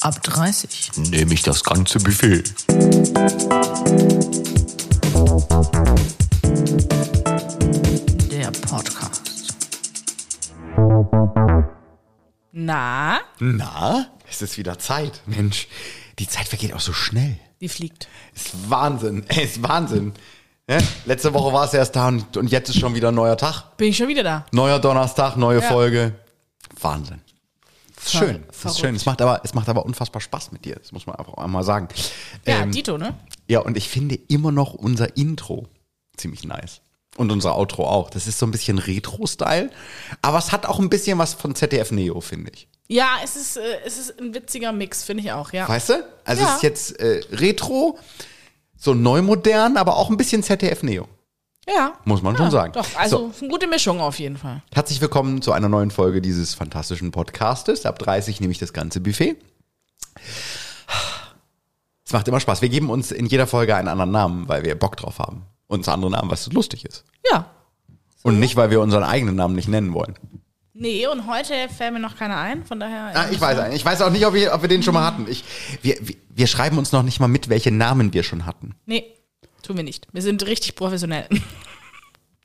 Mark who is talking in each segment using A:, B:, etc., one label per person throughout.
A: Ab 30.
B: Nehme ich das ganze Buffet.
A: Der Podcast. Na,
C: Na, es ist wieder Zeit. Mensch, die Zeit vergeht auch so schnell.
A: die fliegt.
C: Ist Wahnsinn. Ey, ist Wahnsinn. Ne? Letzte Woche war es erst da und, und jetzt ist schon wieder ein neuer Tag.
A: Bin ich schon wieder da.
C: Neuer Donnerstag, neue
A: Ja.
C: Folge. Wahnsinn. Ist
A: Ver-
C: schön. Ist
A: verrückt.
C: schön. Es macht, aber, es macht aber unfassbar Spaß mit dir. Das muss man einfach auch mal sagen.
A: Ja,
C: Ähm,
A: Dito, ne?
C: Ja, und ich finde immer noch unser Intro ziemlich nice. Und unser Outro auch. Das ist so ein bisschen Retro-Style. Aber es hat auch ein bisschen was von ZDF Neo, finde ich.
A: Ja, es ist, äh, es ist ein witziger Mix, finde ich auch, ja.
C: Weißt du? Also
A: Ja.
C: es ist jetzt äh, Retro, so neumodern, aber auch ein bisschen ZDF Neo.
A: Ja.
C: Muss man
A: ja,
C: schon sagen.
A: Doch,
C: So.
A: also eine gute Mischung auf jeden Fall.
C: Herzlich willkommen zu einer neuen Folge dieses fantastischen Podcastes. Ab 30 nehme ich das ganze Buffet. Es macht immer Spaß. Wir geben uns in jeder Folge einen anderen Namen, weil wir Bock drauf haben. Und einen anderen Namen, was lustig ist.
A: Ja.
C: Und nicht, weil wir unseren eigenen Namen nicht nennen wollen.
A: Nee, und heute fällt mir noch keiner ein, von daher.
C: Ah, ich weiß einen. Ich weiß auch nicht, ob wir, ob wir den schon mal hatten. Ich, wir, wir- wir schreiben uns noch nicht mal mit, welche Namen wir schon hatten.
A: Nee, tun wir nicht. Wir sind richtig professionell.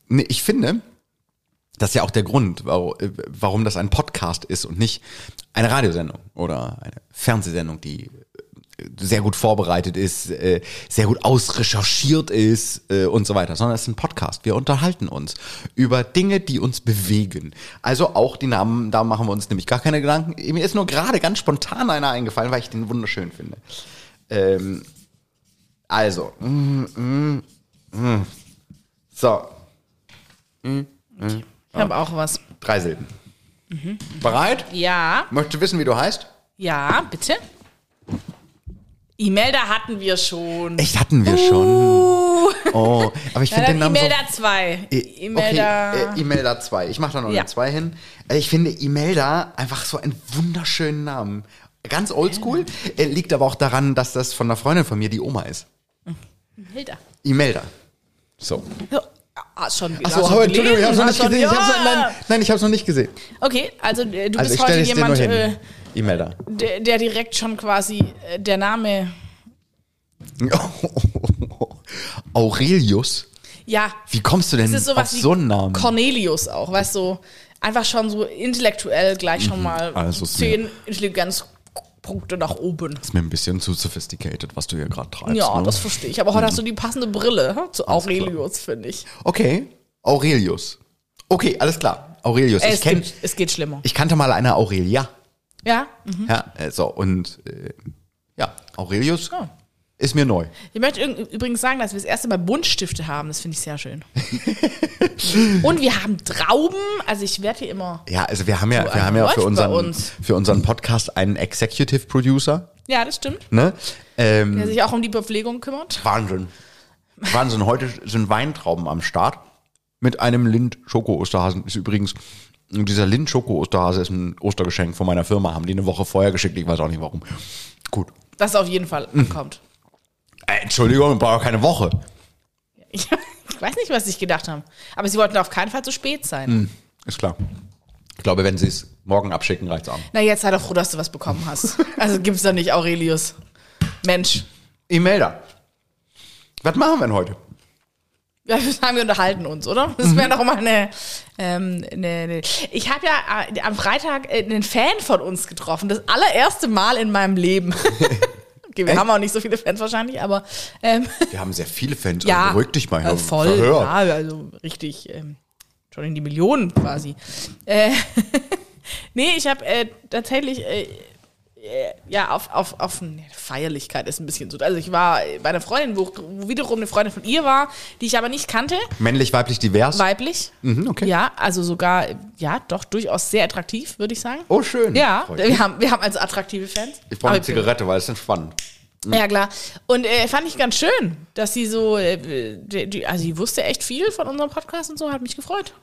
C: Nee, ich finde, das ist ja auch der Grund, warum, äh, warum das ein Podcast ist und nicht eine Radiosendung oder eine Fernsehsendung, die äh, sehr gut vorbereitet ist, äh, sehr gut ausrecherchiert ist äh, und so weiter, sondern es ist ein Podcast. Wir unterhalten uns über Dinge, die uns bewegen. Also auch die Namen, da machen wir uns nämlich gar keine Gedanken. Mir ist nur gerade ganz spontan einer eingefallen, weil ich den wunderschön finde. Ähm, also, mm, mm, mm. so,
A: Ich habe auch was.
C: Drei Silben. Bereit?
A: Ja,
C: Möchtest du wissen, wie du heißt?
A: ja, bitte. Imelda hatten wir schon.
C: Echt, hatten wir schon.
A: Uh,
C: Oh, aber ich
A: ja,
C: finde den
A: dann
C: Namen so...
A: Imelda 2.
C: I-
A: Imelda.
C: Okay, äh, Imelda 2. Ich mache da noch
A: Ja.
C: eine 2 hin. Äh, Ich finde Imelda einfach so einen wunderschönen Namen. Ganz oldschool. Äh, Liegt aber auch daran, dass das von einer Freundin von mir die Oma ist. äh,
A: Imelda.
C: Imelda. So.
A: Ah, schon wieder.
C: Achso,
A: schon
C: aber Entschuldigung, ich
A: gelesen,
C: hab's noch
A: ah,
C: nicht
A: schon-
C: gesehen. Ich hab's,
A: ja.
C: nein, nein, ich hab's noch nicht gesehen.
A: Okay, also äh, du
C: Also ich
A: bist heute
C: stelle es dir nur
A: jemand,
C: hin.
A: äh,
C: Imelda.
A: der, der direkt schon quasi äh, der Name.
C: Aurelius.
A: Ja,
C: Wie kommst du denn
A: es ist sowas
C: auf
A: wie
C: so einen Namen?
A: Cornelius auch, weißt du? so Einfach schon so intellektuell gleich schon mal
C: also ist mir-
A: zehn Intelligenzpunkte nach oben.
C: Ist mir ein bisschen zu sophisticated, was du hier gerade treibst.
A: Ja,
C: ne?
A: das verstehe ich. Aber heute hast du die passende Brille hm, zu Aurelius, finde ich.
C: Okay, Aurelius. Okay, alles klar. Aurelius.
A: Es,
C: ich, kenn,
A: geht, es geht schlimmer.
C: ich kannte mal eine Aurelia.
A: Ja? Mhm.
C: Ja, äh, so, und äh, ja, Aurelius
A: Ja.
C: ist mir neu.
A: Ich möchte üb- übrigens sagen, dass wir das erste Mal Buntstifte haben. Das finde ich sehr schön. Und wir haben Trauben. Also ich werde hier immer.
C: Ja, also wir haben ja,
A: So,
C: wir haben ja
A: läuft
C: für
A: bei
C: unseren,
A: uns.
C: für unseren Podcast einen Executive Producer.
A: Ja, das stimmt.
C: Ne? Ähm,
A: Der sich auch um die Verpflegung kümmert.
C: Wahnsinn. Wahnsinn, heute sind Weintrauben am Start mit einem Lind Schoko-Osterhasen. Ist übrigens, dieser Lind Schoko-Osterhase ist ein Ostergeschenk von meiner Firma. Haben die eine Woche vorher geschickt, ich weiß auch nicht warum. Gut.
A: Das auf jeden Fall ankommt.
C: Äh, Entschuldigung, braucht keine Woche.
A: Ich, ich weiß nicht, was sie sich gedacht haben. Aber sie wollten auf keinen Fall zu spät sein.
C: Ist klar. Ich glaube, wenn sie es morgen abschicken, reicht's an.
A: Na, jetzt sei doch froh, dass du was bekommen hast. Also gibt's da nicht, Aurelius. Mensch.
C: E-Melder. Was machen wir denn heute?
A: Ja, wir sagen, wir unterhalten uns, oder? Das
C: Mhm.
A: wäre doch mal eine, ähm, eine, eine. Ich habe ja äh, am Freitag äh, einen Fan von uns getroffen. Das allererste Mal in meinem Leben. okay, wir
C: Echt?
A: haben auch nicht so viele Fans wahrscheinlich, aber ähm,
C: Wir haben sehr viele Fans.
A: ja.
C: also Beruhig dich mal.
A: Ja,
C: Herr
A: voll.
C: Verhör.
A: Ja, also richtig. Ähm, schon in die Millionen quasi. Äh, nee, ich habe äh, tatsächlich. Äh, äh, ja, auf, auf, auf nee, Feierlichkeit ist ein bisschen so. Also ich war bei einer Freundin, wo, wo wiederum eine Freundin von ihr war, die ich aber nicht kannte.
C: Männlich, weiblich, divers.
A: Weiblich.
C: Mhm, okay.
A: Ja, also sogar, ja, doch durchaus sehr attraktiv, würde ich sagen.
C: Oh, schön.
A: Ja,
C: Freut mich.
A: wir haben, wir haben also attraktive Fans.
C: Ich brauche
A: Aber
C: eine Zigarette, weil es ist spannend.
A: Ja, klar. Und äh, fand ich ganz schön, dass sie so, äh, die, die, also sie wusste echt viel von unserem Podcast und so, hat mich gefreut.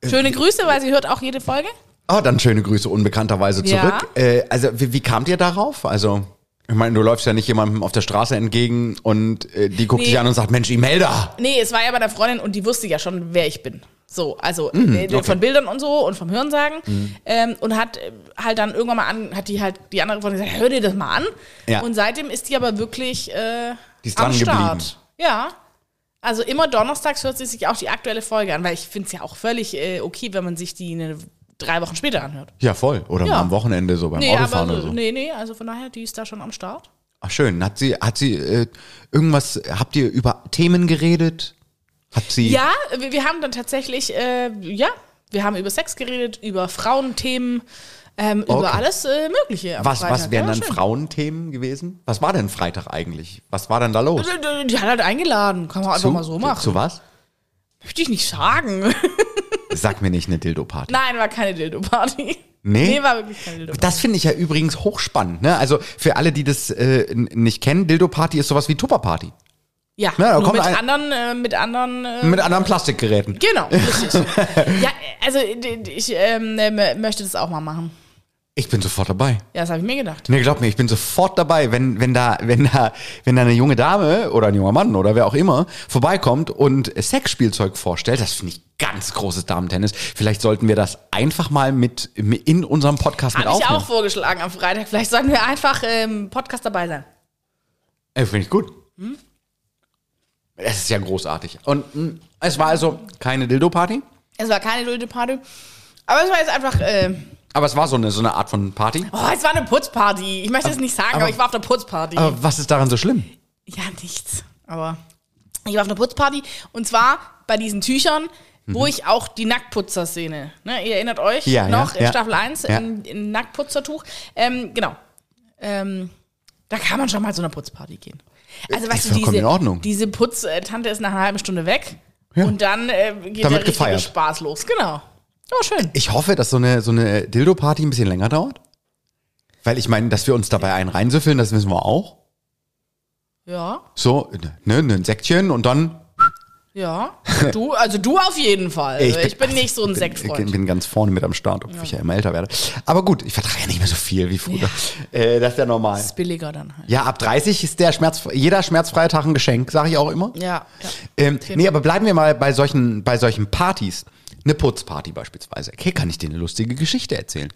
C: Äh,
A: Schöne Grüße, weil sie hört auch jede Folge.
C: Ah, dann schöne Grüße unbekannterweise
A: Ja.
C: zurück. Äh, also, wie, wie kamt ihr darauf? Also, ich meine, du läufst ja nicht jemandem auf der Straße entgegen und äh, die guckt
A: Nee.
C: dich an und sagt, Mensch, Imelda.
A: Nee, es war ja bei der Freundin und die wusste ja schon, wer ich bin. So, also
C: Mhm,
A: äh, von Bildern und so und vom Hörensagen. Ähm, und hat äh, halt dann irgendwann mal an, hat die halt die andere von gesagt, hör dir das mal an.
C: Ja.
A: Und seitdem ist die aber wirklich äh,
C: Die ist
A: am
C: dran
A: Start.
C: geblieben.
A: Ja. Also immer donnerstags hört sie sich auch die aktuelle Folge an, weil ich finde es ja auch völlig äh, okay, wenn man sich die eine, drei Wochen später anhört.
C: Ja, voll. Oder
A: Ja.
C: mal am Wochenende so beim
A: Nee,
C: Autofahren
A: aber
C: oder so.
A: nee, nee, also von daher, die ist da schon am Start.
C: Ach schön. Hat sie, hat sie äh, irgendwas, habt ihr über Themen geredet? Hat sie.
A: Ja, wir, wir haben dann tatsächlich, äh, ja, wir haben über Sex geredet, über Frauenthemen, ähm,
C: Okay.
A: über alles äh, Mögliche. am
C: was, was
A: Freitag.
C: wären
A: Ja,
C: dann
A: schön.
C: Frauenthemen gewesen? Was war denn Freitag eigentlich? Was war denn da los?
A: Die- die- Die hat halt eingeladen, kann man einfach mal so machen.
C: Zu was?
A: Möchte ich nicht sagen.
C: Sag mir nicht eine Dildo-Party.
A: Nein, war keine Dildo-Party.
C: Nee?
A: Nee, war wirklich keine Dildo-Party.
C: Das finde ich ja übrigens hochspannend. Ne? Also für alle, die das äh, n- nicht kennen, Dildo-Party ist sowas wie Tupper-Party.
A: Ja,
C: Na, da
A: nur
C: kommt
A: mit
C: ein- Hm.
A: anderen, äh, mit anderen äh,
C: Mit anderen Plastikgeräten.
A: Genau, richtig. ja, äh, also d- d- ich ähm, äh, möchte das auch mal machen.
C: Ich bin sofort dabei.
A: Ja, das habe ich mir gedacht.
C: Nee, glaub mir, ich bin sofort dabei, wenn, wenn da, wenn da, wenn da eine junge Dame oder ein junger Mann oder wer auch immer vorbeikommt und Sexspielzeug vorstellt. Das finde ich ganz großes Damentennis. Vielleicht sollten wir das einfach mal mit, mit in unserem Podcast mit
A: Habe ich auch
C: aufnehmen.
A: vorgeschlagen am Freitag. Vielleicht sollten wir einfach ähm, Podcast dabei sein.
C: Äh, Finde ich gut.
A: Hm?
C: Es ist ja großartig. Und mh, es war also keine Dildo-Party,
A: Es war keine Dildo-Party. Aber es war jetzt einfach, äh,
C: aber es war so eine, so eine Art von Party.
A: oh, es war eine Putzparty. Ich möchte es nicht sagen, aber,
C: aber-
A: ich war auf der Putzparty.
C: Aber was ist daran so schlimm?
A: ja, nichts. Aber ich war auf einer Putzparty und zwar bei diesen Tüchern, wo ich auch die Nacktputzer-Szene, ne, ihr erinnert euch
C: Mhm. Ja,
A: noch
C: ja,
A: in
C: ja.
A: Staffel 1,
C: Ja.
A: in, in Nacktputzertuch. Ähm, genau. Ähm, da kann man schon mal zu einer Putzparty gehen. Also, weißt du,
C: vollkommen
A: diese,
C: in Ordnung.
A: diese Putztante ist nach einer halben Stunde weg
C: Ja.
A: und dann äh, geht
C: Damit
A: der richtige
C: gefeiert.
A: Spaß los. Genau. Oh, schön.
C: Ich hoffe, dass so eine, so eine Dildo-Party ein bisschen länger dauert. Weil ich meine, dass wir uns dabei einen reinsüffeln, das wissen wir auch.
A: Ja.
C: So, ne, ne, ein Säckchen und dann.
A: Ja, du, also du auf jeden Fall. Ich bin, Also ich bin nicht so ein
C: bin-
A: Sektfreund.
C: Ich bin ganz vorne mit am Start, obwohl ich ja immer älter werde. Aber gut, ich vertrage ja nicht mehr so viel wie früher. Äh, das ist ja normal.
A: das ist billiger dann halt.
C: Ja, ab 30 ist der Schmerz, jeder schmerzfreie Tag ein Geschenk, sage ich auch immer.
A: Ja, ja.
C: Ähm, nee, aber bleiben wir mal bei solchen, bei solchen Partys. Eine Putzparty beispielsweise. Okay, kann ich dir eine lustige Geschichte erzählen?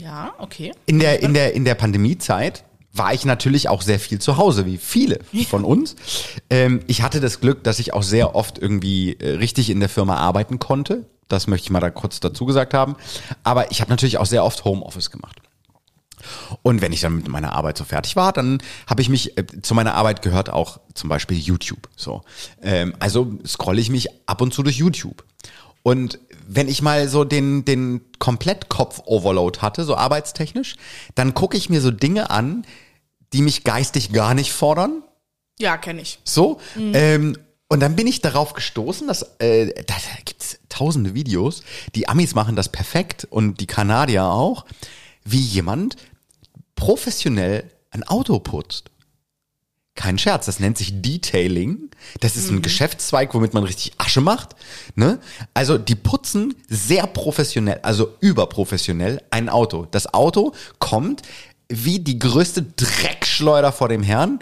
A: ja okay.
C: In der, in der, in der Pandemiezeit war ich natürlich auch sehr viel zu Hause, wie viele von uns. Ähm, ich hatte das Glück, dass ich auch sehr oft irgendwie äh, richtig in der Firma arbeiten konnte. Das möchte ich mal da kurz dazu gesagt haben. Aber ich habe natürlich auch sehr oft Homeoffice gemacht. Und wenn ich dann mit meiner Arbeit so fertig war, dann habe ich mich, äh, zu meiner Arbeit gehört auch zum Beispiel YouTube. So. Ähm, also scrolle ich mich ab und zu durch YouTube. Und wenn ich mal so den, den Komplettkopf-Overload hatte, so arbeitstechnisch, dann gucke ich mir so Dinge an, die mich geistig gar nicht fordern,
A: Ja, kenne ich.
C: so. Ähm, und dann bin ich darauf gestoßen, dass äh, da gibt es tausende Videos. Die Amis machen das perfekt und die Kanadier auch, wie jemand professionell ein Auto putzt. Kein Scherz, das nennt sich Detailing. Das ist ein Geschäftszweig, womit man richtig Asche macht. Ne? Also die putzen sehr professionell, also überprofessionell ein Auto. Das Auto kommt wie die größte Dreckschleuder vor dem Herrn.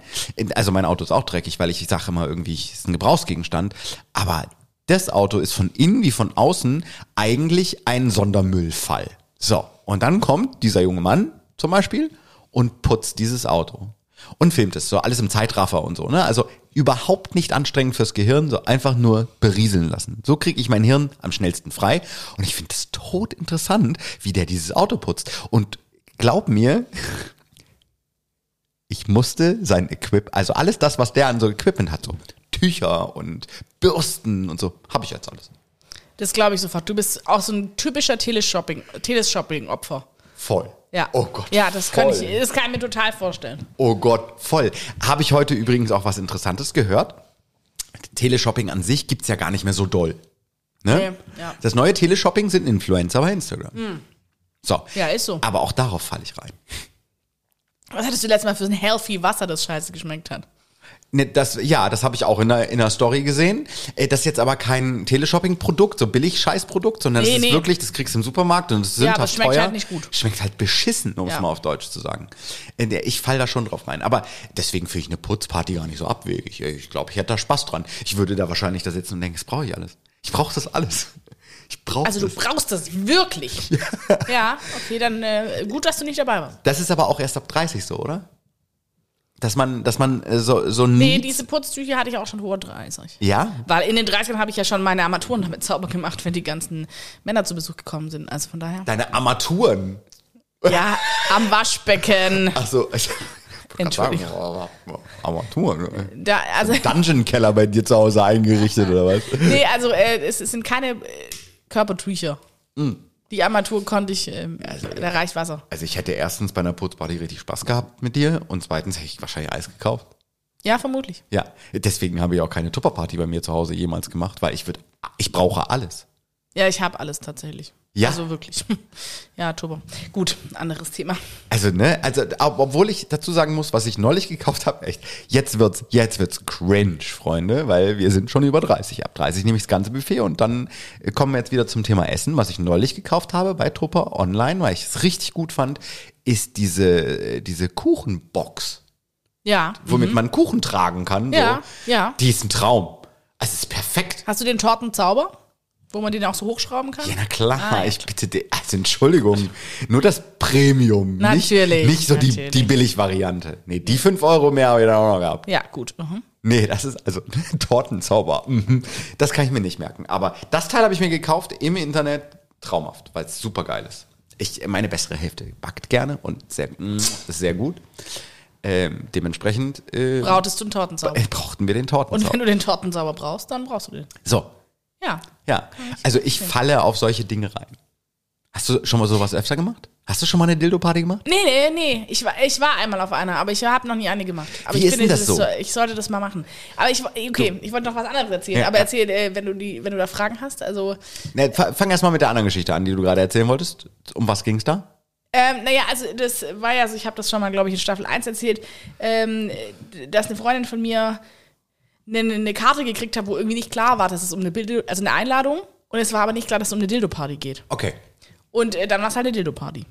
C: Also mein Auto ist auch dreckig, weil ich sage immer irgendwie, es ist ein Gebrauchsgegenstand. Aber das Auto ist von innen wie von außen eigentlich ein Sondermüllfall. So, und dann kommt dieser junge Mann zum Beispiel und putzt dieses Auto und filmt es. So alles im Zeitraffer und so. Ne? Also überhaupt nicht anstrengend fürs Gehirn, so einfach nur berieseln lassen. So kriege ich mein Hirn am schnellsten frei. Und ich finde es totinteressant, wie der dieses Auto putzt. Und glaub mir, ich musste sein Equip, also alles das, was der an so Equipment hat, so Tücher und Bürsten und so, habe ich jetzt alles.
A: Das glaube ich sofort. Du bist auch so ein typischer Teleshopping- Teleshopping-Opfer.
C: Voll.
A: ja.
C: Oh Gott.
A: Ja, das kann,
C: voll.
A: ich, das kann ich mir total vorstellen.
C: Oh Gott, voll. Habe ich heute übrigens auch was Interessantes gehört. Teleshopping an sich gibt's ja gar nicht mehr so doll. Ne?
A: Nee, ja. Hm.
C: Das neue Teleshopping sind Influencer bei Instagram. So.
A: Ja, ist so.
C: Aber auch darauf falle ich rein.
A: Was hattest du letztes Mal für ein healthy Wasser, das scheiße geschmeckt hat?
C: Ne, das, ja, das habe ich auch in der, in der Story gesehen. Äh, Das ist jetzt aber kein Teleshopping-Produkt, so billig Scheißprodukt, sondern
A: Nee,
C: das ist
A: nee.
C: wirklich, das kriegst du im Supermarkt und es ist
A: Ja, aber
C: sündhaft
A: es schmeckt
C: teuer.
A: halt nicht gut.
C: Schmeckt halt beschissen, um
A: Ja.
C: es mal auf Deutsch zu sagen. Äh, der- Ich fall da schon drauf rein. Aber deswegen finde ich Äh, eine Putzparty gar nicht so abwegig. Ich glaube, ich hätte da Spaß dran. Ich würde da wahrscheinlich da sitzen und denken, das brauche ich alles. Ich brauche das alles. Ich brauche
A: Also du
C: das.
A: brauchst das wirklich. ja, okay, dann äh, gut, dass du nicht dabei warst.
C: Das ist aber auch erst ab 30 so, oder? Dass man, dass man äh, so, so
A: Nee,
C: nie.
A: diese Putztücher hatte ich auch schon vor 30.
C: ja?
A: Weil in den 30ern habe ich ja schon meine Armaturen damit sauber gemacht, wenn die ganzen Männer zu Besuch gekommen sind. Also von daher.
C: Deine Armaturen.
A: Ja, am Waschbecken.
C: Achso, ich.
A: Entschuldigung.
C: Armaturen.
A: Da, also,
C: Dungeon-Keller ne? bei dir zu Hause eingerichtet, oder was?
A: nee, also äh, es, es sind keine äh, Körpertücher.
C: Hm.
A: Die Armatur konnte ich, ähm, da reicht Wasser.
C: Also ich hätte erstens bei einer Putzparty richtig Spaß gehabt mit dir und zweitens hätte ich wahrscheinlich Eis gekauft.
A: Ja, vermutlich.
C: Ja, deswegen habe ich auch keine Tupperparty bei mir zu Hause jemals gemacht, weil ich würde, ich brauche alles.
A: Ja, ich habe alles tatsächlich.
C: Ja?
A: Also wirklich. Ja, Turbo. Gut, anderes Thema.
C: Also, ne, also, ob- obwohl ich dazu sagen muss, was ich neulich gekauft habe, echt, jetzt wird's, jetzt wird's cringe, Freunde, weil wir sind schon über 30. Ab 30 nehme ich das ganze Buffet und dann äh, kommen wir jetzt wieder zum Thema Essen. Was ich neulich gekauft habe bei Trupper online, weil ich es richtig gut fand, ist diese, äh, diese Kuchenbox,
A: Ja.
C: womit man Kuchen tragen kann.
A: Mhm. Ja,
C: so.
A: ja.
C: Die ist ein Traum. Also, es ist perfekt.
A: Hast du den Tortenzauber? Wo man den auch so hochschrauben kann?
C: Ja, na klar,
A: Ah, ja,
C: ich bitte dich. Also, Entschuldigung. Nur das Premium.
A: Natürlich,
C: Nicht, nicht so die,
A: natürlich.
C: die Billigvariante. Nee, die 5 Euro mehr habe ich da auch noch gehabt.
A: Ja, gut. Mhm.
C: Nee, das ist also Tortenzauber. Mhm. Das kann ich mir nicht merken. Aber das Teil habe ich mir gekauft im Internet. Traumhaft, weil es super geil ist. Ich, meine bessere Hälfte backt gerne und sehr, mm, ist sehr gut. Ähm, dementsprechend äh,
A: Brautest du einen Tortenzauber?
C: äh, brauchten wir den
A: Und
C: Tortenzauber.
A: wenn du den Tortenzauber brauchst, dann brauchst du den.
C: So,
A: Ja.
C: ja. Also ich falle auf solche Dinge rein. Hast du schon mal sowas öfter gemacht? Hast du schon mal eine Dildo-Party gemacht?
A: Nee, nee, nee. Ich war, ich war einmal auf einer, aber ich habe noch nie eine gemacht. Aber
C: Wie
A: ich
C: ist denn das
A: dieses-
C: so?
A: Ich sollte das mal machen. Aber ich, okay, ich wollte noch was anderes erzählen.
C: Ja,
A: aber
C: ja.
A: erzähl, äh, wenn du die, wenn du da Fragen hast. Also,
C: Ne, fa- fang erst mal mit der anderen Geschichte an, die du gerade erzählen wolltest. Um was ging's da?
A: Ähm, naja, also das war ja so, ich habe das schon mal, glaube ich, in Staffel 1 erzählt, ähm, dass eine Freundin von mir eine, eine Karte gekriegt hat, wo irgendwie nicht klar war, dass es um eine Bildo, also eine Einladung und es war aber nicht klar, dass es um eine Dildo-Party geht.
C: Okay.
A: Und äh, dann war es halt eine Dildo-Party.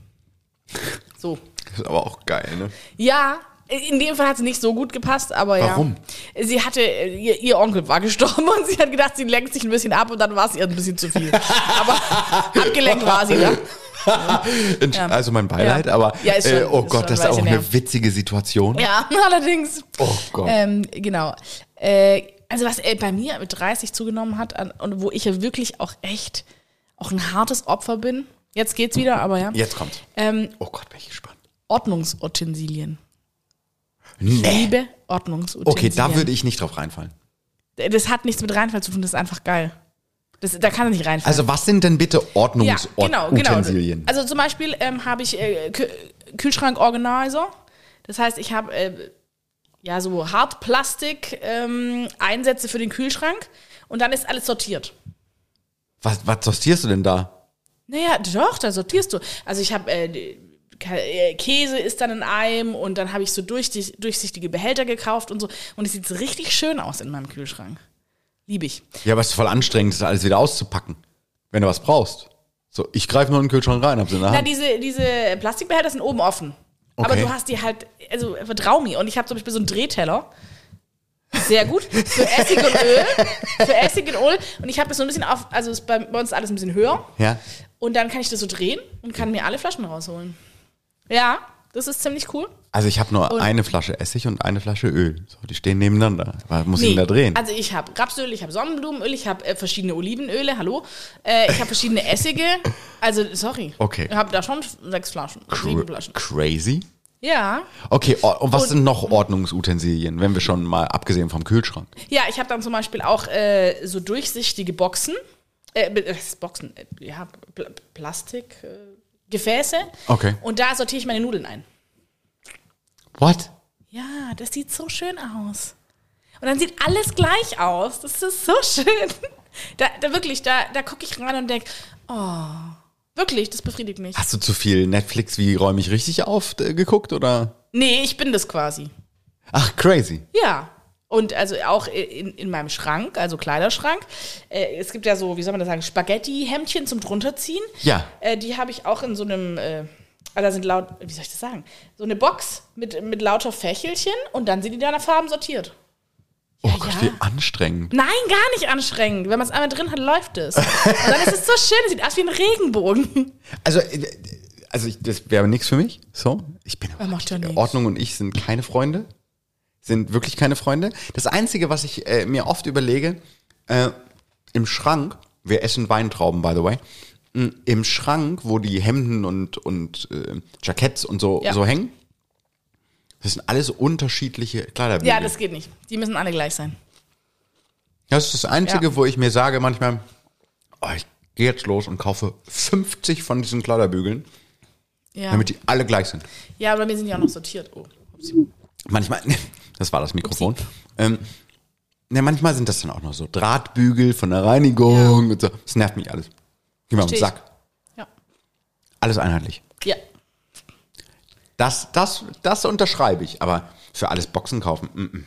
A: So.
C: Ist aber auch geil, ne?
A: Ja, in dem Fall hat es nicht so gut gepasst, aber
C: Warum?
A: ja. Sie hatte, äh, ihr, ihr Onkel war gestorben und sie hat gedacht, sie lenkt sich ein bisschen ab und dann war es ihr ein bisschen zu viel. aber abgelenkt war sie, ne? ja.
C: Entsch- Also mein Beileid,
A: Ja.
C: aber
A: Ja, ist schon-
C: äh, oh
A: ist
C: Gott,
A: schon
C: das ist
A: ein
C: auch
A: Weilchen
C: eine
A: her.
C: witzige Situation.
A: Ja, allerdings.
C: Oh Gott.
A: Ähm, genau. Äh, also was äh, bei mir mit 30 zugenommen hat an, und wo ich ja wirklich auch echt auch ein hartes Opfer bin. Jetzt geht's wieder, aber ja.
C: Jetzt kommt's.
A: Ähm,
C: Oh Gott, bin ich gespannt.
A: Ordnungsutensilien.
C: Nee.
A: Liebe
C: Okay,
A: Ordnungsutensilien.
C: da würde ich nicht drauf reinfallen.
A: Das hat nichts mit Reinfall zu tun, das ist einfach geil. Das, da kann er nicht reinfallen.
C: Also was sind denn bitte Ordnungsutensilien?
A: genau, Also zum Beispiel ähm, habe ich äh, Kü- Kühlschrank-Organizer. Das heißt, ich habe äh, ja so Hartplastik-Einsätze für den Kühlschrank und dann ist alles sortiert.
C: was, was sortierst du denn da?
A: Naja, doch, da sortierst du. Also ich habe äh, Ke- äh, Käse ist dann in einem und dann habe ich so durchsi- durchsichtige Behälter gekauft und so. Und es sieht richtig schön aus in meinem Kühlschrank. Liebe ich.
C: Ja, aber es ist voll anstrengend, das alles wieder auszupacken, wenn du was brauchst. So, ich greife nur in den Kühlschrank rein, hab's in der
A: Na,
C: Hand.
A: diese, diese Plastikbehälter sind oben offen. Aber
C: Ah. Okay.
A: du hast die halt, also vertrau mir. Und ich habe zum Beispiel so einen Drehteller. Sehr gut. Für Essig und Öl. Für Essig und Öl. Und ich habe das so ein bisschen auf, also ist bei, bei uns alles ein bisschen höher.
C: ja.
A: Und dann kann ich das so drehen und kann mir alle Flaschen rausholen. Ja, das ist ziemlich cool.
C: Also ich habe nur
A: Und-
C: eine Flasche Essig und eine Flasche Öl. So, die stehen nebeneinander. Was muss ich
A: Nee.
C: denn da drehen?
A: Also ich habe Rapsöl, ich habe Sonnenblumenöl, ich habe äh, verschiedene Olivenöle, hallo. Äh, ich habe verschiedene Essige. Also, sorry.
C: Okay.
A: Ich habe da schon sechs Flaschen, sieben Flaschen.
C: Crazy.
A: Ja.
C: Okay, or- und was sind noch Ordnungsutensilien, wenn wir schon mal abgesehen vom Kühlschrank?
A: Ja, ich habe dann zum Beispiel auch äh, so durchsichtige Boxen. Äh, be- äh, Boxen, äh, ja, Pl Plastik, äh, Gefäße.
C: Okay.
A: Und da sortiere ich meine Nudeln ein.
C: What?
A: Ja, das sieht so schön aus. Und dann sieht alles gleich aus. Das ist so schön. Da, da wirklich, da, da gucke ich rein und denke, oh, wirklich, das befriedigt mich.
C: Hast du zu viel Netflix wie räume ich richtig auf äh, geguckt oder?
A: Nee, ich bin das quasi.
C: Ach, crazy.
A: Ja. Und also auch in, in meinem Schrank, also Kleiderschrank. Äh, es gibt ja so, wie soll man das sagen, Spaghetti-Hemdchen zum drunterziehen.
C: Ja.
A: Äh, die habe ich auch in so einem, äh, ah, da sind laut, wie soll ich das sagen? So eine Box mit, mit lauter Fächelchen und dann sind die da nach Farben sortiert.
C: Oh Gott, wie anstrengend.
A: Nein, gar nicht anstrengend. Wenn man es einmal drin hat, läuft es. Und dann ist es so schön, es sieht aus wie ein Regenbogen.
C: Also, äh, also ich, das wäre nichts für mich. So, ich bin äh,
A: macht ja nichts.
C: Ordnung und ich sind keine Freunde, sind wirklich keine Freunde. Das Einzige, was ich äh, mir oft überlege, äh, im Schrank, wir essen Weintrauben, by the way, m, im Schrank, wo die Hemden und und äh, Jacketts und so
A: Ja.
C: so hängen, das sind alles unterschiedliche Kleiderbügel.
A: Ja, das geht nicht. Die müssen alle gleich sein.
C: Das ist das Einzige,
A: Ja.
C: wo ich mir sage manchmal, oh, ich gehe jetzt los und kaufe 50 von diesen Kleiderbügeln,
A: Ja,
C: damit die alle gleich sind.
A: ja aber bei mir sind die auch noch sortiert. Oh.
C: Manchmal, das war das Mikrofon. Ähm, ne, manchmal sind das dann auch noch so Drahtbügel von der Reinigung und so. Das nervt mich alles. Geh mal auf den
A: Versteh ich.
C: Sack.
A: Ja.
C: Alles einheitlich.
A: Ja.
C: Das, das, das unterschreibe ich, aber für alles Boxen kaufen. Mm -mm.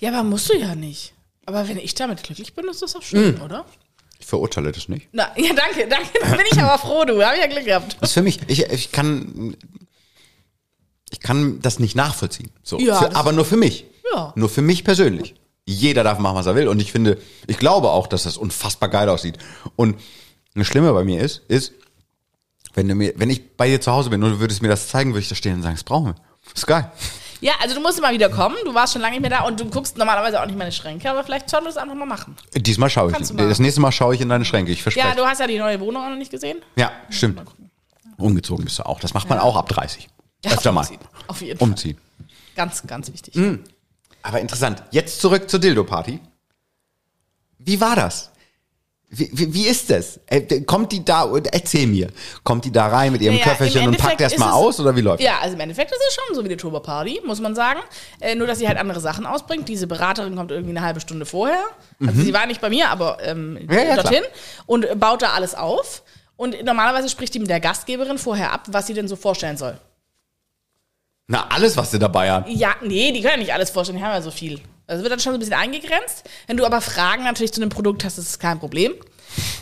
A: ja, aber musst du ja nicht. Aber wenn ich damit glücklich bin, ist das auch schön, oder?
C: Ich verurteile das nicht.
A: Na, ja, danke, danke. Da bin ich aber froh, du. Hab ich ja Glück gehabt.
C: Das ist für mich, ich, ich kann. Ich kann das nicht nachvollziehen. So.
A: Ja,
C: für,
A: das-
C: aber nur für mich.
A: Ja.
C: Nur für mich persönlich. Jeder darf machen, was er will. Und ich finde, ich glaube auch, dass das unfassbar geil aussieht. Und das Schlimme bei mir ist, ist, wenn du mir, wenn ich bei dir zu Hause bin und du würdest mir das zeigen, würde ich da stehen und sagen, das brauchen wir. Das ist geil.
A: Ja, also du musst mal wieder kommen. Du warst schon lange nicht mehr da und du guckst normalerweise auch nicht meine Schränke, aber vielleicht sollen wir das einfach mal machen.
C: Diesmal schaue ich.
A: Kannst du mal.
C: Das nächste Mal schaue ich in deine Schränke, ich verspreche.
A: Ja, du hast ja die neue Wohnung auch noch nicht gesehen.
C: Ja, stimmt. Umgezogen bist du auch. Das macht man auch ab 30.
A: Ja,
C: Öfter mal.
A: umziehen. Auf jeden Fall.
C: Umziehen.
A: Ganz, ganz wichtig.
C: Aber interessant. Jetzt zurück zur Dildo-Party. Wie war das? Wie, wie, wie ist das? Äh, Kommt die da, erzähl mir, kommt die da rein mit ihrem
A: Naja, im
C: Köfferchen und
A: Endeffekt
C: packt erst
A: ist
C: mal
A: es-
C: aus oder wie läuft
A: Ja, also im Endeffekt ist es schon so wie die Turbo-Party, muss man sagen. Äh, nur, dass sie halt andere Sachen ausbringt. Diese Beraterin kommt irgendwie eine halbe Stunde vorher. Also sie war nicht bei mir, aber ähm,
C: Ja, ja,
A: dorthin. Und äh, baut da alles auf. Und normalerweise spricht die mit der Gastgeberin vorher ab, was sie denn so vorstellen soll.
C: Na, alles, was sie dabei hat.
A: Ja, nee, die können ja nicht alles vorstellen, die haben ja so viel. Also wird dann schon so ein bisschen eingegrenzt. Wenn du aber Fragen natürlich zu einem Produkt hast, ist es kein Problem.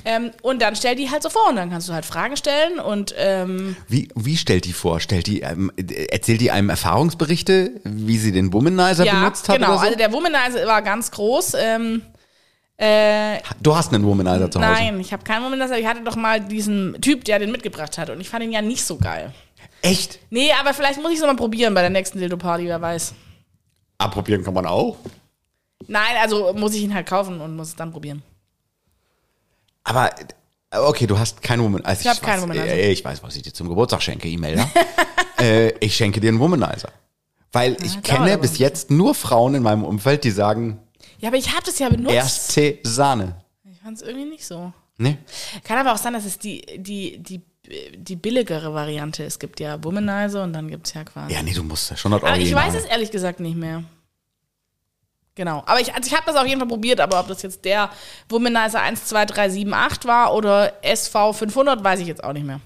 A: Ähm, und dann stell die halt so vor und dann kannst du halt Fragen stellen und ähm,
C: Wie, wie stellt die vor? Stellt die, ähm, äh, erzählt die einem Erfahrungsberichte, wie sie den Womanizer
A: ja,
C: benutzt hat
A: genau.
C: oder so?
A: Also der Womanizer war ganz groß. Ähm, äh,
C: du hast einen Womanizer zu Hause.
A: nein, ich habe keinen Womanizer. Ich hatte doch mal diesen Typ, der den mitgebracht hat und ich fand ihn ja nicht so geil.
C: Echt?
A: Nee, aber vielleicht muss ich es nochmal probieren bei der nächsten Dildo-Party, wer weiß.
C: Abprobieren kann man auch.
A: Nein, also muss ich ihn halt kaufen und muss es dann probieren.
C: Aber äh, okay, du hast keinen Womanizer. Also
A: Ich hab keinen
C: weiß,
A: Womanizer.
C: Äh, ich weiß, was ich dir zum Geburtstag schenke, E-Mailer. äh, ich schenke dir einen Womanizer. Weil ich
A: dauert
C: kenne
A: aber.
C: bis jetzt nur Frauen in meinem Umfeld, die sagen,
A: Ja, aber ich habe das ja benutzt.
C: erste Sahne. ne?
A: Ich fand es irgendwie nicht so.
C: Nee.
A: Kann aber auch sein, dass es die, die, die, die billigere Variante ist. Es gibt ja Womanizer und dann gibt es ja quasi.
C: Ja, genau. nee, du musst ja schon das
A: aber Ah, ich
C: Original.
A: weiß es ehrlich gesagt nicht mehr. Genau. Aber ich, also ich habe das auf jeden Fall probiert, aber ob das jetzt der Womanizer 12378 war oder SV500, weiß ich jetzt auch nicht mehr.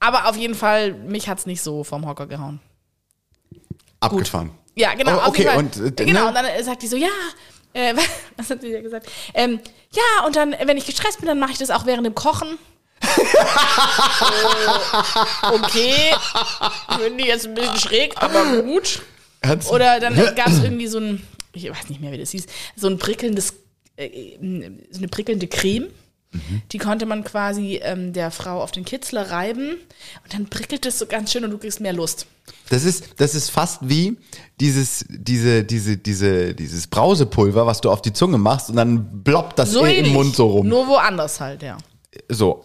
A: Aber auf jeden Fall, mich hat es nicht so vom Hocker gehauen.
C: Abgefahren.
A: Ja, genau.
C: Oh,
A: auf jeden
C: okay,
A: Fall.
C: und, äh,
A: genau,
C: ne?
A: und dann äh, sagt die so, ja, äh, was hat sie da gesagt? Ähm, ja, und dann, äh, wenn ich gestresst bin, dann mache ich das auch während dem Kochen. Oh, äh, okay, finde ich jetzt ein bisschen schräg, aber gut.
C: Ernst?
A: Oder dann
C: Ne?
A: gab es irgendwie so ein, ich weiß nicht mehr, wie das hieß, so ein prickelndes, äh, ähm, so eine prickelnde Creme.
C: Mhm.
A: Die konnte man quasi ähm, der Frau auf den Kitzler reiben und dann prickelt es so ganz schön und du kriegst mehr Lust.
C: Das ist, das ist fast wie dieses, diese, diese, diese, dieses Brausepulver, was du auf die Zunge machst und dann bloppt das
A: So
C: eh im
A: ähnlich,
C: Mund so rum.
A: Nur woanders halt, ja.
C: So.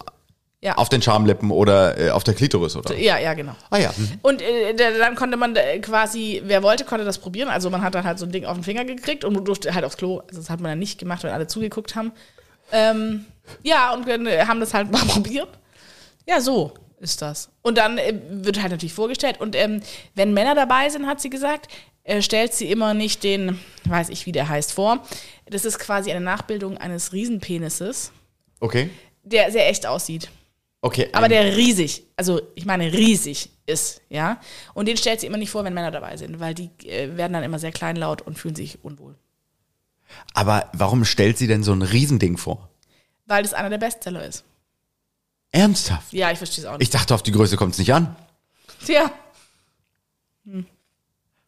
A: Ja.
C: Auf den Schamlippen oder äh, auf der Klitoris oder.
A: Ja, ja, genau.
C: Ah ja. mhm.
A: Und äh, da- dann konnte man äh, quasi, wer wollte, konnte das probieren. Also man hat dann halt so ein Ding auf den Finger gekriegt und durfte halt aufs Klo. Also das hat man dann nicht gemacht, weil alle zugeguckt haben. Ähm, ja, und dann äh, haben das halt mal probiert. Ja, so ist das. Und dann äh, wird halt natürlich vorgestellt. Und ähm, wenn Männer dabei sind, hat sie gesagt, äh, stellt sie immer nicht den, weiß ich, wie der heißt, vor. Das ist quasi eine Nachbildung eines Riesenpenises,
C: Okay.
A: der sehr echt aussieht.
C: Okay.
A: Aber
C: ähm,
A: der riesig, also ich meine riesig ist, ja. Und den stellt sie immer nicht vor, wenn Männer dabei sind, weil die äh, werden dann immer sehr kleinlaut und fühlen sich unwohl.
C: Aber warum stellt sie denn so ein Riesending vor?
A: Weil das einer der Bestseller ist.
C: Ernsthaft?
A: Ja, ich verstehe es auch
C: Ich
A: nicht.
C: dachte, auf die Größe kommt es nicht an.
A: ja.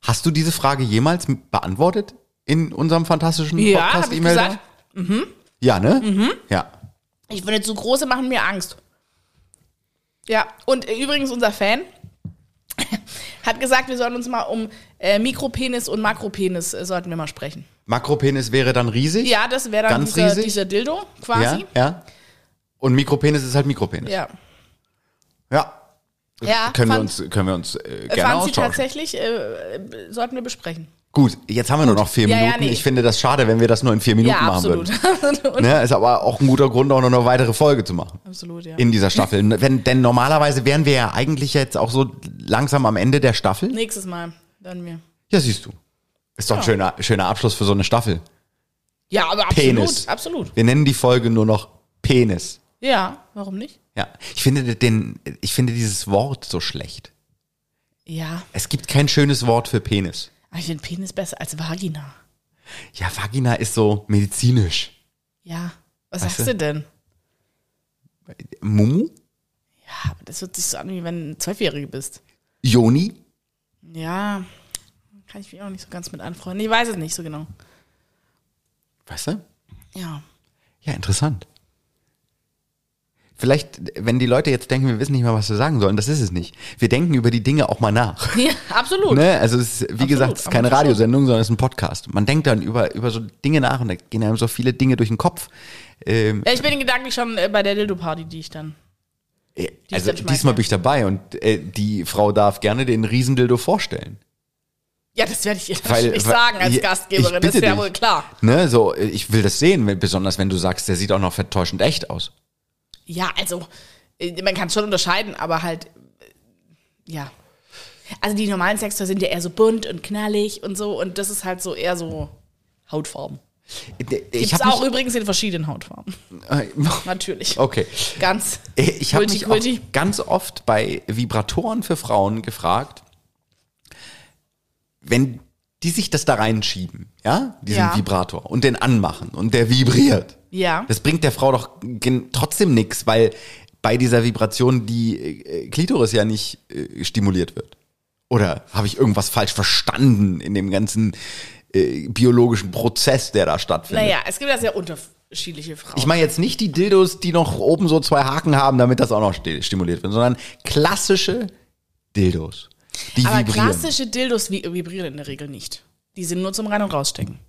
C: Hast du diese Frage jemals m- beantwortet? in unserem fantastischen
A: Ja, hab ich
C: Podcast-E-Mail? da?
A: gesagt. Mhm.
C: Ja, ne? Ja.
A: Ich finde, zu große machen mir Angst. Ja, und äh, übrigens unser Fan hat gesagt, wir sollen uns mal um äh, Mikropenis und Makropenis äh, sollten wir mal sprechen.
C: Makropenis wäre dann riesig.
A: Ja, das wäre dann
C: Ganz
A: dieser,
C: riesig?
A: dieser Dildo
C: Ja,
A: quasi.
C: ja. Und Mikropenis ist halt Mikropenis.
A: Ja. Äh,
C: Ja.
A: Ja,
C: können, wir
A: fand-
C: uns, können wir uns äh,
A: Äh,
C: gerne
A: Fand sie
C: austauschen.
A: tatsächlich, äh, äh, sollten wir besprechen.
C: Gut, jetzt haben wir nur noch vier
A: Ja, ja,
C: Minuten.
A: nee.
C: Ich finde das schade, wenn wir das nur in vier Minuten
A: ja,
C: machen
A: absolut.
C: würden.
A: absolut.
C: Ne? Ist aber auch ein guter Grund, auch noch eine weitere Folge zu machen
A: absolut, ja.
C: in dieser Staffel. Wenn, denn normalerweise wären wir ja eigentlich jetzt auch so langsam am Ende der Staffel.
A: Nächstes Mal dann wir.
C: Ja, siehst du. Ist doch ein schöner, schöner Abschluss für so eine Staffel.
A: Ja, aber absolut,
C: Penis.
A: absolut.
C: Wir nennen die Folge nur noch Penis.
A: Ja, warum nicht?
C: Ja, ich finde den, ich finde dieses Wort so schlecht.
A: Ja,
C: Es gibt kein schönes Wort für Penis.
A: aber ich finde Penis besser als Vagina.
C: Ja, Vagina ist so medizinisch.
A: Ja. Was
C: Weißt
A: sagst
C: du?
A: du denn?
C: Mumu?
A: Ja, aber das hört sich so an, wie wenn du Zwölfjährige bist.
C: Joni?
A: Ja, kann ich mich auch nicht so ganz mit anfreunden. Ich weiß es nicht so genau.
C: Weißt du?
A: Ja.
C: Ja, interessant. Vielleicht, wenn die Leute jetzt denken, wir wissen nicht mehr, was wir sagen sollen, das ist es nicht. Wir denken über die Dinge auch mal nach.
A: Ja, absolut.
C: Ne? Also es ist, wie gesagt, es ist
A: aber
C: keine
A: das ist so.
C: Radiosendung, sondern es ist ein Podcast. Man denkt dann über, über so Dinge nach und da gehen einem so viele Dinge durch den Kopf. Ähm,
A: Ja, ich bin gedanklich schon äh, bei der Dildo-Party, die ich dann.
C: äh,
A: die
C: also
A: dann schmeißen,
C: diesmal
A: ja.
C: bin ich dabei und äh, die Frau darf gerne den Riesendildo vorstellen.
A: Ja, das werde ich ihr
C: Weil-
A: natürlich
C: weil-
A: sagen als
C: ja, ich
A: Gastgeberin. Das
C: bitte
A: ist ja
C: dich.
A: wohl klar.
C: Ne? So, äh, ich will das sehen, wenn- besonders wenn du sagst, der sieht auch noch vertäuschend echt aus.
A: Ja, also, äh, man kann es schon unterscheiden, aber halt, äh, ja. Also, die normalen Sextoys sind ja eher so bunt und knallig und so. Und das ist halt so eher so Hautfarben. Äh,
C: Ich
A: Gibt es
C: hab
A: auch
C: mich-
A: übrigens in verschiedenen Hautfarben. Natürlich.
C: Okay.
A: Ganz.
C: Äh, Ich habe mich auch
A: Multikulti.
C: ganz oft bei Vibratoren für Frauen gefragt, wenn die sich das da reinschieben, ja, diesen
A: Ja.
C: Vibrator und den anmachen und der vibriert.
A: Ja.
C: Das bringt der Frau doch gen- trotzdem nichts, weil bei dieser Vibration die äh, Klitoris ja nicht äh, stimuliert wird. Oder habe ich irgendwas falsch verstanden in dem ganzen äh, biologischen Prozess, der da stattfindet?
A: Naja, es gibt ja sehr unterschiedliche Frauen.
C: Ich meine jetzt nicht die Dildos, die noch oben so zwei Haken haben, damit das auch noch sti- stimuliert wird, sondern klassische Dildos. Die
A: Aber
C: vibrieren.
A: klassische Dildos vi- vibrieren in der Regel nicht. Die sind nur zum Rein- und Rausstecken.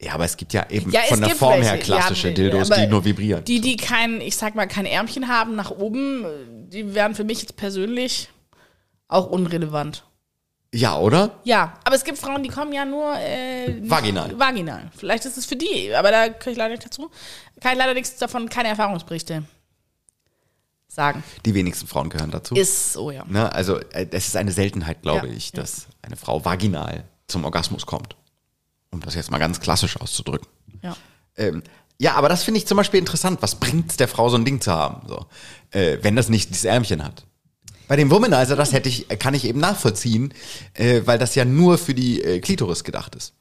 C: Ja, aber es gibt ja eben
A: Ja,
C: von
A: es
C: der
A: gibt
C: Form
A: welche.
C: her klassische
A: Ja,
C: Dildos,
A: aber
C: die nur vibrieren.
A: Die, die kein, ich sag mal, kein Ärmchen haben nach oben, äh, die wären für mich jetzt persönlich auch unrelevant.
C: ja, oder?
A: Ja, aber es gibt Frauen, die kommen ja nur äh, nicht-
C: Vaginal.
A: Vaginal. Vielleicht ist es für die, aber da kann ich leider nicht dazu. Kann ich leider nichts davon, keine Erfahrungsberichte sagen.
C: Die wenigsten Frauen gehören dazu.
A: Ist so, ja.
C: ne? Also äh, es ist eine Seltenheit, glaube
A: Ja,
C: ich, dass eine Frau vaginal zum Orgasmus kommt. Um das jetzt mal ganz klassisch auszudrücken.
A: ja.
C: Ähm, ja, aber das finde ich zum Beispiel interessant. Was bringt es der Frau, so ein Ding zu haben, so, äh, wenn das nicht dieses Ärmchen hat? Bei dem Womanizer, das hätte ich, äh, kann ich eben nachvollziehen, äh, weil das ja nur für die äh, Klitoris gedacht ist.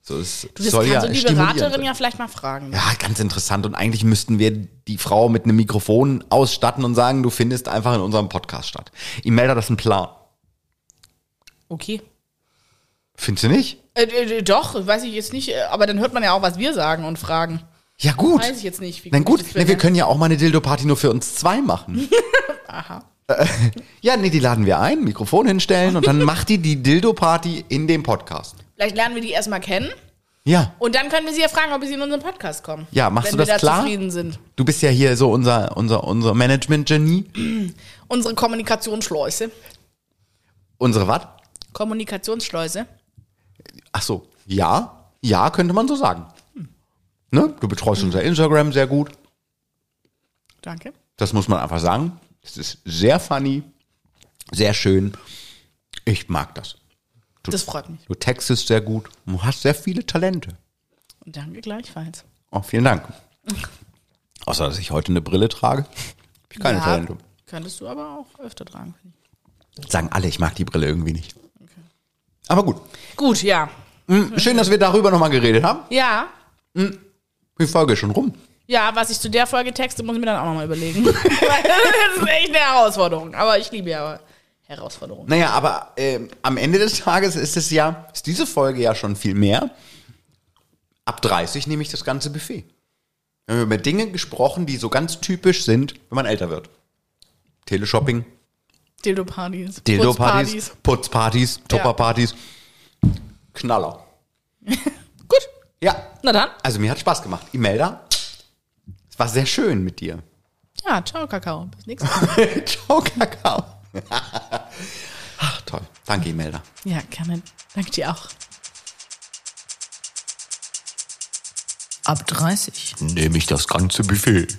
C: So, es
A: Du, das
C: soll
A: kannst
C: ja
A: du die
C: stimulierend
A: Beraterin
C: sein.
A: ja vielleicht mal fragen.
C: Ja, ganz interessant. Und eigentlich müssten wir die Frau mit einem Mikrofon ausstatten und sagen, du findest einfach in unserem Podcast statt. E-Mail, das ist ein Plan.
A: Okay.
C: Findest du nicht?
A: Äh, äh, doch, weiß ich jetzt nicht, äh, aber dann hört man ja auch, was wir sagen und fragen.
C: Ja, gut.
A: Weiß ich jetzt nicht. Wie
C: Na gut,
A: das
C: ne, wir können ja auch mal eine Dildo-Party nur für uns zwei machen. Äh,
A: Aha.
C: Ja, nee, die laden wir ein, Mikrofon hinstellen und dann macht die die Dildo-Party in dem Podcast.
A: Vielleicht lernen wir die erstmal kennen
C: Ja,
A: und dann können wir sie ja fragen, ob sie in unseren Podcast kommen.
C: Ja, machst
A: wenn
C: du das
A: wir da
C: klar?
A: zufrieden sind.
C: du bist ja hier so unser, unser, unser Management-Genie.
A: Unsere Kommunikationsschleuse.
C: Unsere was?
A: Kommunikationsschleuse.
C: Ach so, ja, ja, könnte man so sagen. Ne? Du betreust unser Instagram sehr gut,
A: Danke.
C: das muss man einfach sagen. Das ist sehr funny, sehr schön. Ich mag das.
A: Das freut mich.
C: Du textest sehr gut und hast sehr viele Talente.
A: Und danke gleichfalls.
C: Oh, vielen Dank. Außer, dass ich heute eine Brille trage. Hab Ich keine
A: ja,
C: Talente.
A: Könntest du aber auch öfter tragen. finde
C: Sagen alle, ich mag die Brille irgendwie nicht. Aber gut.
A: ich. Gut, ja.
C: Hm, Schön, dass wir darüber nochmal geredet haben.
A: Ja.
C: Die Folge ist schon rum.
A: Ja, was ich zu der Folge texte, muss ich mir dann auch nochmal überlegen. Weil das ist echt eine Herausforderung. Aber ich liebe ja Herausforderung.
C: Naja, aber ähm, am Ende des Tages ist es ja, ist diese Folge ja schon viel mehr. Ab 30 nehme ich das ganze Buffet. Wir haben über Dinge gesprochen, die so ganz typisch sind, wenn man älter wird. Teleshopping,
A: Dildo-Partys.
C: Dildo-Partys, Putzpartys, Tupperpartys. Knaller.
A: Gut,
C: Ja,
A: na dann.
C: also mir hat Spaß gemacht. Imelda, es war sehr schön mit dir.
A: Ja, ciao, Kakao. Bis nächstes Mal.
C: Ciao, Kakao. Ach, toll. Danke, Imelda.
A: ja, gerne. Danke dir auch.
D: Ab 30.
B: Nehme ich das ganze Buffet.